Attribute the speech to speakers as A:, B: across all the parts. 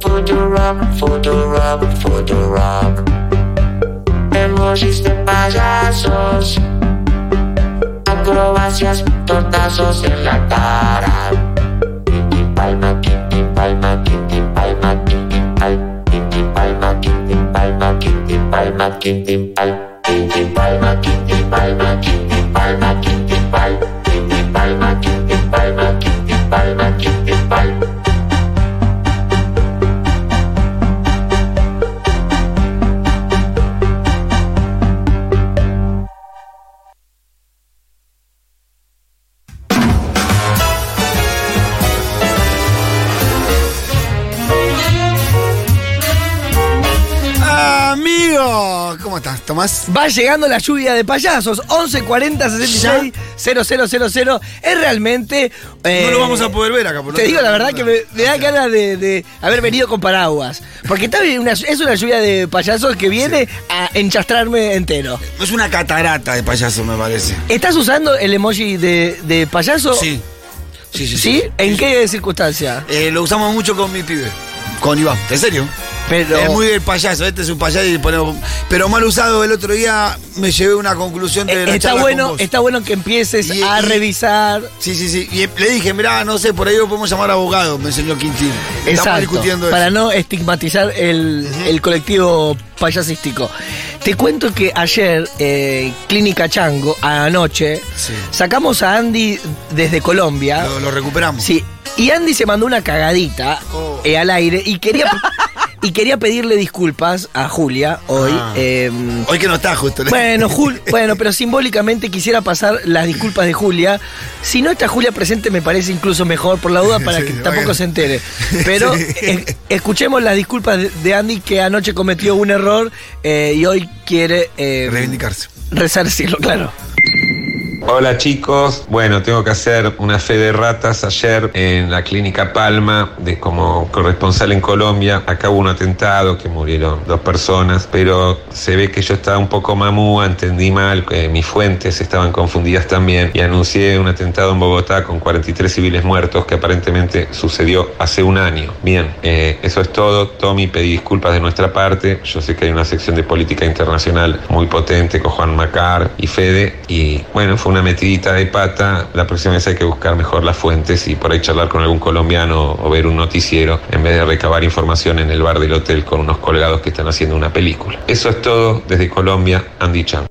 A: Futuram, futuram, futuram. Emojis de payasos acrobacias, tortazos en la cara. Tintin palma, tintin palma, tintin palma, tintin pal, tintin palma, tintin palma, tintin palma, tintin pal, tintin palma, tintin palma, tintin palma, tintin pal, tintin palma, tintin palma, tintin palma, tintin pal.
B: ¿Cómo estás, Tomás?
C: Va llegando la lluvia de payasos. 1140 66 000. Es realmente. eh,
B: no lo vamos a poder ver acá, por
C: Te digo la verdad que me, me da ganas de, de haber venido con paraguas. Porque está bien una- es una lluvia de payasos que viene a enchastrarme entero.
B: Es una catarata de payaso, me parece.
C: ¿Estás usando el emoji de, de payaso?
B: Sí. Sí, sí, sí.
C: ¿Sí? ¿En qué circunstancia?
B: Eh, lo usamos mucho con mi pibe. Con Iván. ¿En serio?
C: Pero.
B: Es muy del payaso, este es un payaso y ponemos. Pero mal usado el otro día me llevé una conclusión de la
C: Eh, Está
B: charla
C: bueno,
B: con vos.
C: está bueno que empieces
B: Y-
C: a
B: y-
C: revisar.
B: Sí, sí, sí. Y le dije, mirá, no sé, por ahí lo podemos llamar abogado, me enseñó Quintín. Estamos
C: Exacto,
B: discutiendo
C: para
B: eso.
C: no estigmatizar el, el colectivo payasístico. Te cuento que ayer, eh, Clínica Chango, anoche,
B: Sí.
C: sacamos a Andy desde Colombia.
B: Lo, lo recuperamos.
C: Sí, y Andy se mandó una cagadita
B: Oh.
C: eh, al aire y quería, y quería pedirle disculpas a Julia hoy.
B: Ah.
C: em,
B: Hoy que no está justo. ¿no?
C: bueno, Jul- bueno, pero simbólicamente quisiera pasar las disculpas de Julia. Si no está Julia presente, me parece incluso mejor por la duda para
B: Sí,
C: que
B: bueno.
C: tampoco se entere. Pero
B: Sí.
C: eh, escuchemos las disculpas de- de Andy que anoche cometió un error eh, y hoy quiere eh,
B: Reivindicarse.
C: resarcirlo, claro.
D: Hola chicos, bueno, tengo que hacer una fe de ratas ayer en la clínica Palma, de como corresponsal en Colombia. Acá hubo un atentado que murieron dos personas, pero se ve que yo estaba un poco mamúa, entendí mal, que mis fuentes estaban confundidas también y anuncié un atentado en Bogotá con 43 civiles muertos que aparentemente sucedió hace un año. Bien, eh, eso es todo. Tommy, pedí disculpas de nuestra parte. Yo sé que hay una sección de política internacional muy potente con Juan Macar y Fede. Y bueno, fue una metidita de pata. La próxima vez hay que buscar mejor las fuentes y por ahí charlar con algún colombiano o ver un noticiero en vez de recabar información en el bar del hotel con unos colgados que están haciendo una película. Eso es todo desde Colombia, Andy Chan.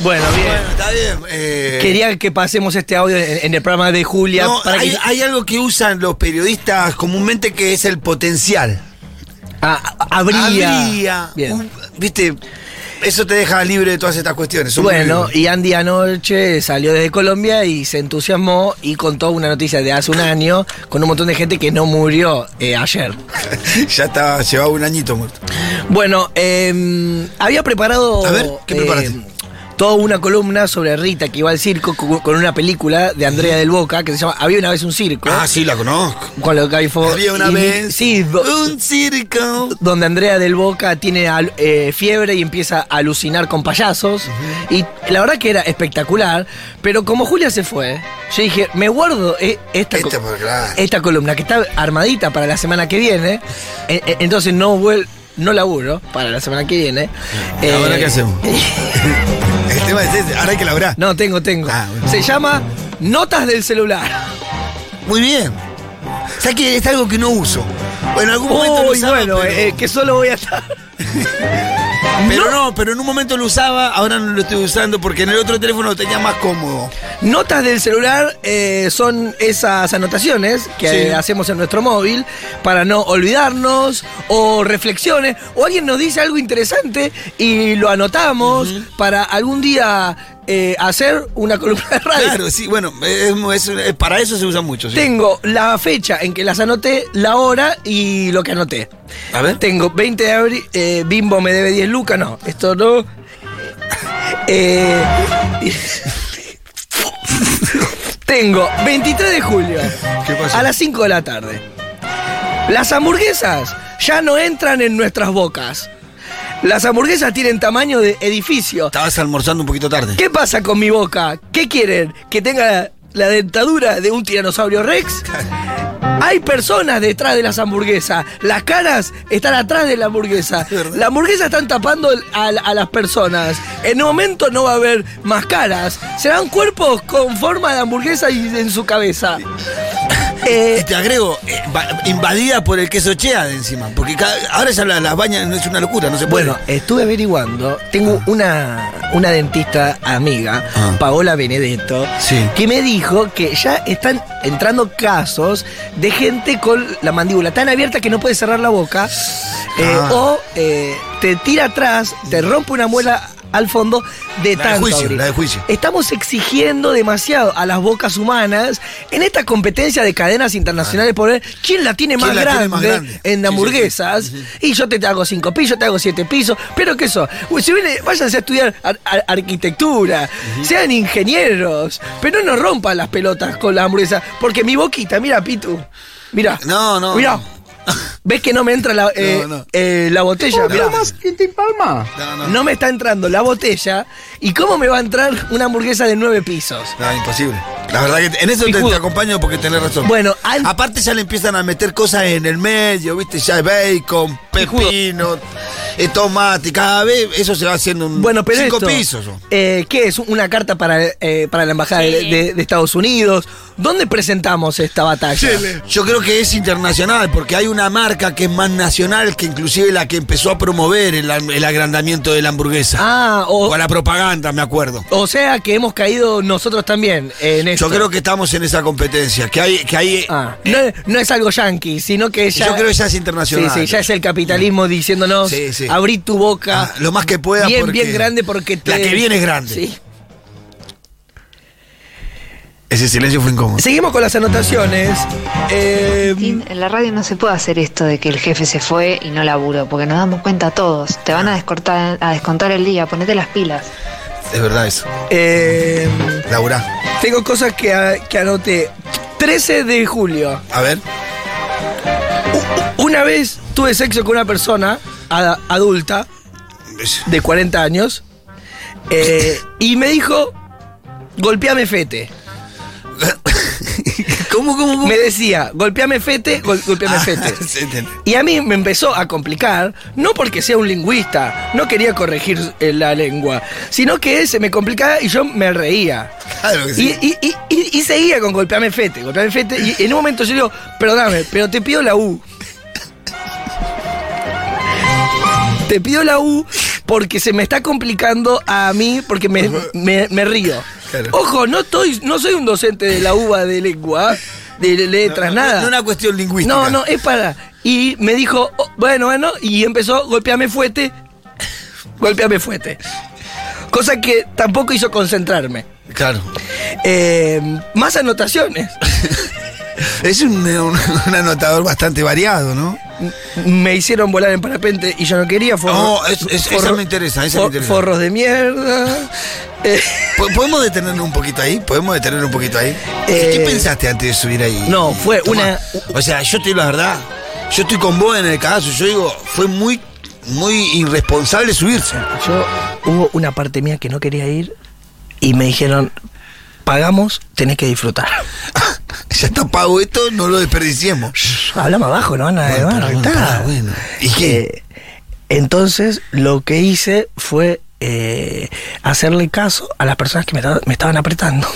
C: Bueno, bien.
B: Bueno, está bien. eh,
C: Quería que pasemos este audio en, en el programa de Julia
B: no,
C: para
B: hay,
C: que-
B: hay algo que usan los periodistas comúnmente que es el potencial.
C: Ah, ah, habría.
B: Habría
C: Bien.
B: un- Viste, eso te deja libre de todas estas cuestiones. son muy
C: Bueno,
B: libres.
C: y Andy anoche salió desde Colombia y se entusiasmó y contó una noticia de hace un año con un montón de gente que no murió eh, ayer.
B: ya estaba, llevaba un añito muerto.
C: Bueno, eh, había preparado... eh,
B: A ver, ¿qué preparaste?
C: Toda una columna sobre Rita que iba al circo cu- con una película de Andrea del Boca que se llama Había una vez un circo.
B: Ah, sí, la conozco.
C: Con lo que ahí fue-
B: Había una
C: y-
B: vez
C: Sí, do-
B: un circo.
C: donde Andrea del Boca tiene al- eh, fiebre y empieza a alucinar con payasos. Y la verdad que era espectacular, pero como Julia se fue, yo dije, me guardo eh, esta,
B: Esta
C: co-
B: Este
C: Eh,
B: por acá.
C: esta columna que está armadita para la semana que viene, Eh, eh, entonces no vuel- No laburo para la semana que viene. Eh,
B: Ahora, ¿qué hacemos? El tema es ese, ahora hay que labrar.
C: No, tengo, tengo.
B: Ah, bueno.
C: Se llama Notas del celular.
B: Muy bien. ¿Sabes que es algo que no uso? Bueno, en algún momento lo
C: Uy,
B: usaba,
C: bueno,
B: pero,
C: eh, que solo voy a estar.
B: pero no. pero en un momento lo usaba, ahora no lo estoy usando porque en el otro teléfono lo tenía más cómodo.
C: Notas del celular eh, son esas anotaciones que
B: Sí.
C: eh, hacemos en nuestro móvil para no olvidarnos o reflexiones o alguien nos dice algo interesante y lo anotamos para algún día eh, hacer una columna de radio.
B: Claro, sí, bueno, es- es- es- para eso se usa mucho. sí.
C: Tengo la fecha en que las anoté, la hora y lo que anoté.
B: A ver.
C: Tengo 20 de abril, eh, Bimbo me debe 10 lucas, no, esto no. Eh, tengo 23 de julio.
B: ¿Qué pasó?
C: A las 5 de la tarde. Las hamburguesas ya no entran en nuestras bocas. Las hamburguesas tienen tamaño de edificio.
B: Estabas almorzando un poquito tarde.
C: ¿Qué pasa con mi boca? ¿Qué quieren? ¿Que tenga la dentadura de un tiranosaurio Rex? Hay personas detrás de las hamburguesas. Las caras están atrás de la hamburguesa.
B: verdad.
C: La hamburguesa están tapando a, a las personas. En un momento no va a haber más caras. Serán cuerpos con forma de hamburguesa y en su cabeza.
B: Y
C: Eh,
B: te agrego, eh, va- invadida por el queso chea de encima. Porque cada- ahora ya la- las bañas no es una locura, no se puede.
C: Bueno, estuve averiguando, tengo una, una dentista amiga,
B: Ah.
C: Paola Benedetto,
B: Sí.
C: que me dijo que ya están entrando casos de gente con la mandíbula tan abierta que no puede cerrar la boca, eh,
B: Ah.
C: o eh, te tira atrás, te rompe una muela al fondo de
B: La de
C: tanto
B: juicio,
C: abrir.
B: la de juicio.
C: Estamos exigiendo demasiado a las bocas humanas en esta competencia de cadenas internacionales por ver quién la tiene,
B: Ah. ¿Quién
C: más,
B: la
C: grande
B: tiene más grande? Sí, sí,
C: en
B: sí.
C: hamburguesas. Y yo te hago cinco pisos, te hago siete pisos. Pero ¿qué eso? Si viene, váyanse a estudiar ar- ar- arquitectura, sean ingenieros, pero no rompan las pelotas con la hamburguesa. Porque mi boquita, mira, Pitu, mira.
B: No, no,
C: Mira.
B: no.
C: ¿Ves que no me entra la, eh,
B: no.
C: eh, la botella? Mirá.
B: No, no,
C: No. me está entrando la botella. ¿Y cómo me va a entrar una hamburguesa de nueve pisos?
B: no, imposible. La verdad que en eso te,
C: Pijudo.
B: te acompaño porque tenés razón.
C: Bueno, al-
B: aparte ya le empiezan a meter cosas en el medio, ¿viste? Ya hay bacon, pepino, eh, tomate, y cada vez eso se va haciendo un
C: Bueno, pero
B: Mm, cinco
C: esto,
B: pisos. ¿no?
C: eh, ¿Qué es? ¿Una carta para, eh, para la Embajada de, de- de Estados Unidos? ¿Dónde presentamos esta batalla?
B: Yo creo que es internacional, porque hay una marca que es más nacional que inclusive la que empezó a promover el, el agrandamiento de la hamburguesa.
C: Ah,
B: O
C: o,
B: a la propaganda, me acuerdo.
C: o sea que hemos caído nosotros también en esto.
B: Yo creo que estamos en esa competencia, que hay... Que hay
C: Ah, no, no es algo yanqui, sino que ya...
B: Yo creo que ya es internacional.
C: Sí, sí, ya es el capitalismo diciéndonos,
B: Sí, sí.
C: abrí tu boca.
B: Ah, lo más que pueda
C: Bien,
B: porque
C: bien grande porque te...
B: la que viene es grande.
C: Sí.
B: Ese silencio fue incómodo.
C: Seguimos con las anotaciones. Eh,
E: Martín, en la radio no se puede hacer esto de que el jefe se fue y no laburo, porque nos damos cuenta todos. Te van a descortar, a descontar el día, ponete las pilas.
B: Es verdad eso.
C: eh,
B: Laura,
C: tengo cosas que, a- que anoté. 13 de julio.
B: a ver.
C: Una vez tuve sexo con una persona a- adulta de 40 años eh, y me dijo, golpeame fete.
B: ¿Cómo, cómo,
C: Me decía, golpeame fete, gol- golpeame fete.
B: Ah, Sí, entiendo.
C: Y a mí me empezó a complicar, no porque sea un lingüista, no quería corregir eh, la lengua, sino que se me complicaba y yo me reía.
B: Claro que sí.
C: Y, y- y- y- y seguía con golpeame fete, golpeame fete. Y en un momento yo digo, perdóname, pero te pido la U. Te pido la U porque se me está complicando a mí porque me, me- me río.
B: Claro.
C: Ojo, no, estoy, no soy un docente de la uva de lengua, de letras,
B: No,
C: nada.
B: No, una cuestión lingüística.
C: No, no, es para. Y me dijo, "Oh, bueno, bueno, y empezó, golpeame fuerte, golpeame fuerte. Cosa que tampoco hizo concentrarme.
B: Claro.
C: Eh, más anotaciones.
B: Es un, un- un anotador bastante variado, ¿no?
C: Me hicieron volar en parapente y yo no quería. forro-
B: No, Oh, es- es- esa me interesa, esa me interesa.
C: Forros de mierda. Eh,
B: Po- ¿Podemos detenernos un poquito ahí? ¿Podemos detenernos un poquito ahí?
C: Eh,
B: ¿Qué pensaste antes de subir ahí?
C: no, fue
B: una... O sea, yo te digo la verdad, yo estoy con vos en el caso, yo digo, fue muy, muy irresponsable subirse.
C: yo hubo una parte mía que no quería ir y me dijeron, pagamos, tenés que disfrutar.
B: Ya está pago esto, no lo desperdiciemos.
C: Hablamos abajo, no van a,
B: Bueno,
C: van a
B: perdón,
C: reventar.
B: pará, bueno. ¿Y qué?
C: Eh, entonces, lo que hice fue eh, hacerle caso a las personas que me, estaban- me estaban apretando.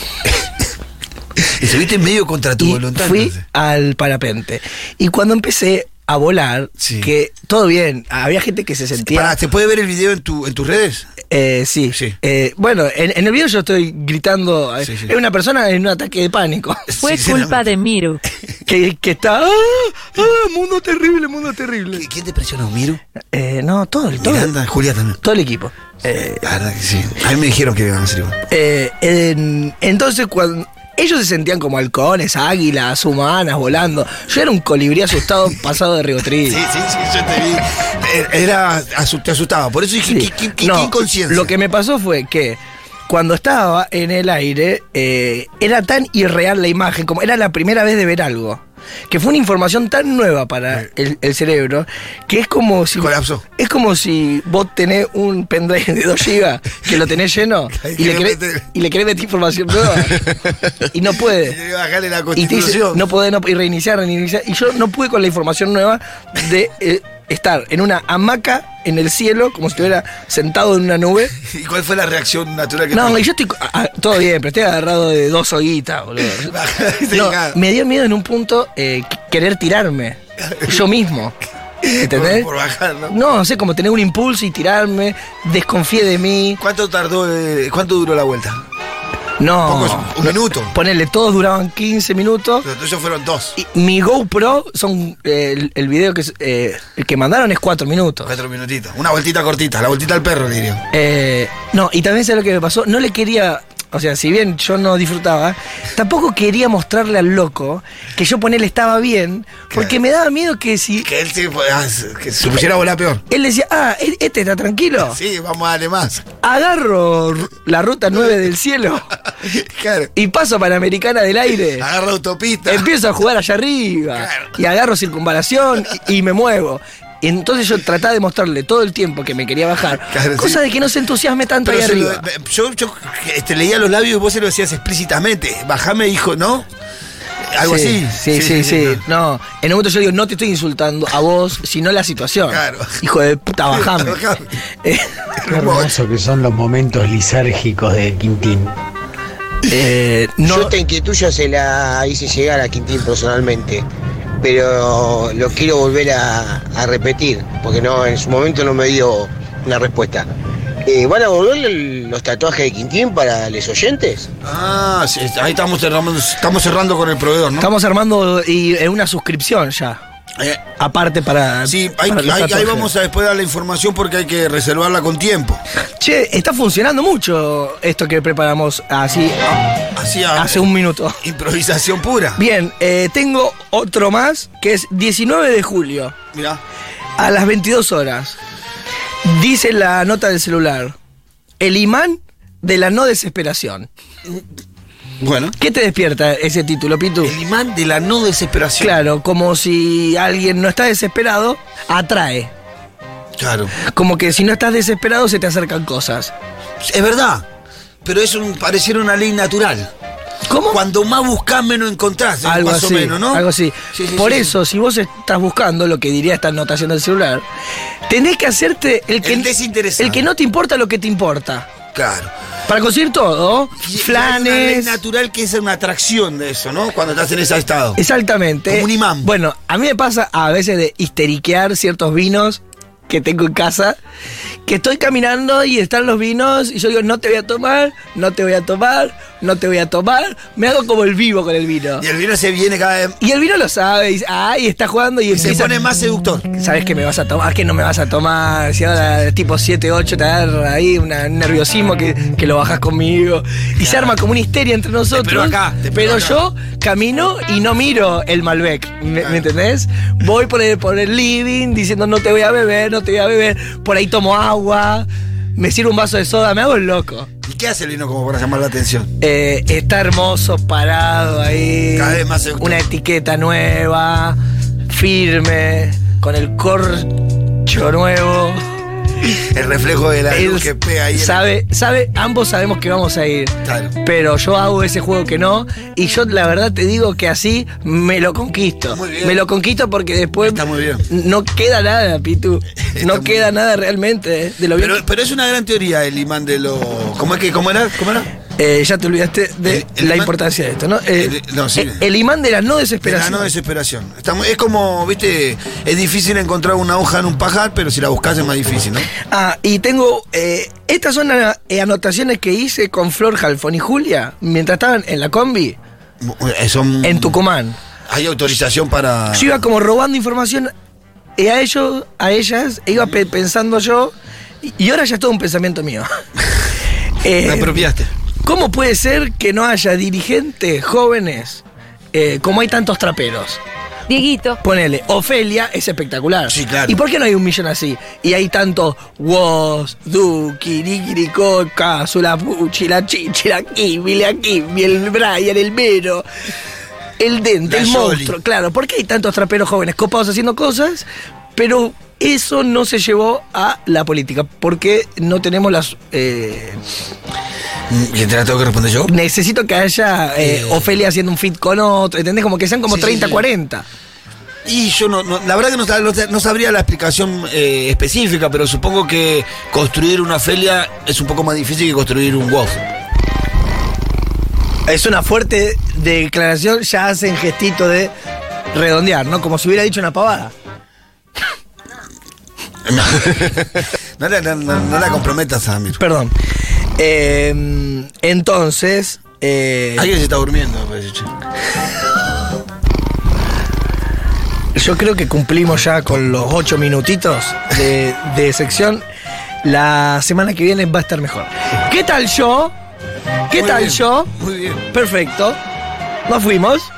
B: Y subiste medio contra tu
C: y
B: voluntad.
C: fui
B: entonces.
C: al parapente. Y cuando empecé a volar,
B: Sí.
C: que todo bien, había gente que se sentía...
B: Pará, ¿se puede ver el video en, tu, en tus redes?
C: Eh, sí.
B: Sí.
C: Eh, bueno, en, en el video yo estoy gritando. eh,
B: Sí, sí.
C: Es una persona en un ataque de pánico.
F: Fue
B: Sinceramente.
F: culpa de Miru.
C: que, que está. ¡Ah! ¡Ah! ¡Mundo terrible, mundo terrible!
B: ¿Qui- ¿Quién te presionó? ¿Miro?
C: Eh, no, todo el, todo, el-
B: Miranda, Julia también.
C: todo el equipo. Eh,
B: La verdad que sí. A mí me dijeron que iban a ser igual.
C: eh, en- entonces, cuando. Ellos se sentían como halcones, águilas, humanas, volando. Yo era un colibrí asustado pasado de ribotril.
B: Sí, sí, sí, yo te vi. Eh, Era, asu- te asustaba. Por eso dije,
C: Sí.
B: ¿qué, qué, qué-
C: No,
B: qué inconsciencia?
C: Lo que me pasó fue que cuando estaba en el aire eh, era tan irreal la imagen, como era la primera vez de ver algo. Que fue una información tan nueva para el, el cerebro que es como si.
B: Colapsó.
C: Es como si vos tenés un pendrive de 2 GB que lo tenés lleno y, le querés, y le querés meter información nueva y no puedes.
B: Quería bajarle la
C: Y te dice,
B: constitución.
C: no podés no, y reiniciar, reiniciar. Y yo no pude con la información nueva de eh, estar en una hamaca en el cielo, como si estuviera sentado en una nube.
B: ¿Y cuál fue la reacción natural que
C: No,
B: tuvo?
C: y yo estoy. ah, todo bien, pero estoy agarrado de dos hoguitas, boludo. No, me dio miedo en un punto eh, qu- querer tirarme. Yo mismo. ¿Entendés?
B: Por- por bajar, ¿no?
C: No, sé, como tener un impulso y tirarme, desconfié de mí.
B: ¿Cuánto tardó, eh, cuánto duró la vuelta?
C: No.
B: Pocos- un minuto.
C: Ponele, todos duraban 15 minutos.
B: Los tuyos fueron dos.
C: Y Mi GoPro son eh, el, el video que es, eh, el que mandaron es cuatro minutos.
B: Cuatro minutitos. Una vueltita cortita, la vueltita al perro, le diría.
C: Eh, no, y también sé lo que me pasó. No le quería. O sea, si bien yo no disfrutaba, tampoco quería mostrarle al loco que yo ponele estaba bien, porque
B: Claro.
C: me daba miedo que si
B: Que él se, ah, se- que se pusiera a volar peor.
C: él decía, ah, e- este está tranquilo,
B: Sí, vamos a darle más.
C: agarro r- la ruta 9 del cielo
B: Claro.
C: y paso Panamericana del aire.
B: Agarra autopista.
C: Empiezo a jugar allá arriba
B: Claro.
C: y agarro circunvalación y, y me muevo. Y entonces yo trataba de mostrarle todo el tiempo que me quería bajar.
B: Claro,
C: cosa
B: sí.
C: de que no se entusiasme tanto
B: Pero
C: ahí
B: se lo-
C: arriba.
B: yo yo este, leía los labios y vos se lo decías explícitamente. Bajame, hijo, ¿no? Algo
C: Sí,
B: así.
C: Sí, sí, sí. No, en un momento yo digo, no te estoy insultando a vos, sino la situación.
B: Claro.
C: Hijo de puta, bajame.
B: Bajame.
C: Eh,
F: Qué hermoso que son los momentos lisérgicos de Quintín.
C: eh, no,
G: Yo esta inquietud yo se la hice llegar a Quintín personalmente, pero lo quiero volver a, a repetir, porque no en su momento no me dio una respuesta. Eh, ¿Van a volver el- los tatuajes de Quintín para los oyentes?
B: Ah, sí, ahí estamos cerrando, estamos cerrando con el proveedor, ¿no?
C: estamos armando y, eh, una suscripción ya.
B: Eh,
C: Aparte para.
B: sí, hay-
C: para los
B: hay- ahí
C: tatuajes.
B: vamos a después dar la información porque hay que reservarla con tiempo.
C: Che, está funcionando mucho esto que preparamos así
B: Así a-
C: Ah. hace un minuto.
B: improvisación pura.
C: Bien, eh, tengo otro más que es 19 de julio
B: Mirá.
C: a las 22 horas. Dice la nota del celular: el imán de la no desesperación.
B: Bueno.
C: ¿Qué te despierta ese título, Pitu?
B: El imán de la no desesperación.
C: Claro, como si alguien no está desesperado, atrae.
B: Claro.
C: Como que si no estás desesperado, se te acercan cosas.
B: Es verdad. Pero es un, pareciera una ley natural.
C: ¿Cómo?
B: Cuando más buscas, menos encontrás. eh,
C: algo
B: más
C: así,
B: o menos, ¿no?
C: Algo así.
B: Sí, sí,
C: Por
B: sí,
C: eso, si vos estás buscando lo que diría esta anotación del celular, tenés que hacerte el que,
B: El desinteresado.
C: el que no te importa lo que te importa.
B: sí. Claro.
C: Para conseguir todo,
B: Y- y hay una ley
C: flanes.
B: natural que es una atracción de eso, ¿no? Cuando estás en ese estado.
C: Exactamente.
B: Como un imán.
C: Bueno, a mí me pasa a veces de histeriquear ciertos vinos que tengo en casa, que estoy caminando y están los vinos y yo digo, no te voy a tomar, no te voy a tomar, no te voy a tomar, me hago como el vivo con el vino.
B: Y el vino se viene cada vez.
C: Y el vino lo sabe, y dice, ay, está jugando y,
B: Se
C: empieza-
B: pone más seductor.
C: Sabes que me vas a tomar, que no me vas a tomar. Si ahora tipo 7, 8 te agarra ahí una- un nerviosismo que, que lo bajas conmigo. Y se arma como una histeria entre nosotros.
B: espero acá, te espero
C: pero
B: acá.
C: yo camino y no miro el Malbec. ¿Me, me entendés? Voy por el, por el living diciendo no te voy a beber, no te voy a beber. Por ahí tomo agua, me sirvo un vaso de soda, me hago el loco.
B: ¿Y qué hace el vino como para llamar la atención?
C: Eh, está hermoso, parado ahí.
B: Cada vez más seductor.
C: Una etiqueta nueva, firme, con el corcho nuevo.
B: El reflejo de la
C: Él
B: luz que pega ahí. en el-
C: sabe, sabe, ambos sabemos que vamos a ir.
B: Claro.
C: Pero yo hago ese juego que no. Y yo la verdad te digo que así me lo conquisto.
B: Muy bien.
C: Me lo conquisto porque después
B: Está muy bien.
C: no queda nada, Pitu.
B: Está
C: No
B: muy
C: queda nada realmente eh, de lo bien.
B: Pero, pero es una gran teoría el imán de lo. ¿Cómo es que? ¿Cómo era? ¿Cómo era?
C: Eh, ya te olvidaste de
B: El- el
C: la
B: imán-
C: importancia de esto, ¿no? Eh,
B: El- no, sí.
C: eh, el imán de la
B: De
C: no
B: la
C: desesperación.
B: no desesperación. Estamos- es como, viste, es difícil encontrar una hoja en un pajar, pero si la buscas es más difícil, ¿no?
C: Ah, y tengo. eh, estas son las eh, anotaciones que hice con Flor Jalfón y Julia mientras estaban en la combi
B: Eh, Son,
C: en Tucumán.
B: ¿Hay autorización para.?
C: Yo iba como robando información eh, a ellos, a ellas, e iba pe- pensando yo, y- y ahora ya es todo un pensamiento mío. Eh,
B: Me apropiaste.
C: ¿Cómo puede ser que no haya dirigentes jóvenes eh, como hay tantos traperos?
H: Dieguito.
C: Ponele, Ofelia es espectacular.
B: Sí, claro.
C: ¿Y por qué no hay un millón así? Y hay tantos Woz, Duki, Nikiriko, Casu, la Puchi, la Chichi, la Kimi, la Kimi, el Brian, el Mero, el Dente,
B: La
C: el
B: Yoli.
C: Monstruo. Claro, ¿por qué hay tantos traperos jóvenes copados haciendo cosas? Pero eso no se llevó a la política, porque no tenemos las... eh,
B: Mm, ¿Y te la tengo que responder yo?
C: necesito que haya eh, Ofelia haciendo un fit con otro, ¿entendés? Como que sean como
B: Sí,
C: 30,
B: sí, sí.
C: 40.
B: Y yo no, no- la verdad que no, sab- no sab- no sabría la explicación eh, específica, pero supongo que construir una felia es un poco más difícil que construir un wow.
C: Es una fuerte declaración, ya hacen gestito de redondear, ¿no? Como si hubiera dicho una pavada.
B: No la, no- no- no la comprometas, Samir.
C: Perdón. Eh, entonces, eh,
B: Alguien se está durmiendo, me parece, che.
C: yo creo que cumplimos ya con los ocho minutitos de, de sección. La semana que viene va a estar mejor. ¿Qué tal yo? ¿Qué
B: Muy
C: tal
B: bien,
C: yo?
B: Muy bien.
C: Perfecto. Nos fuimos.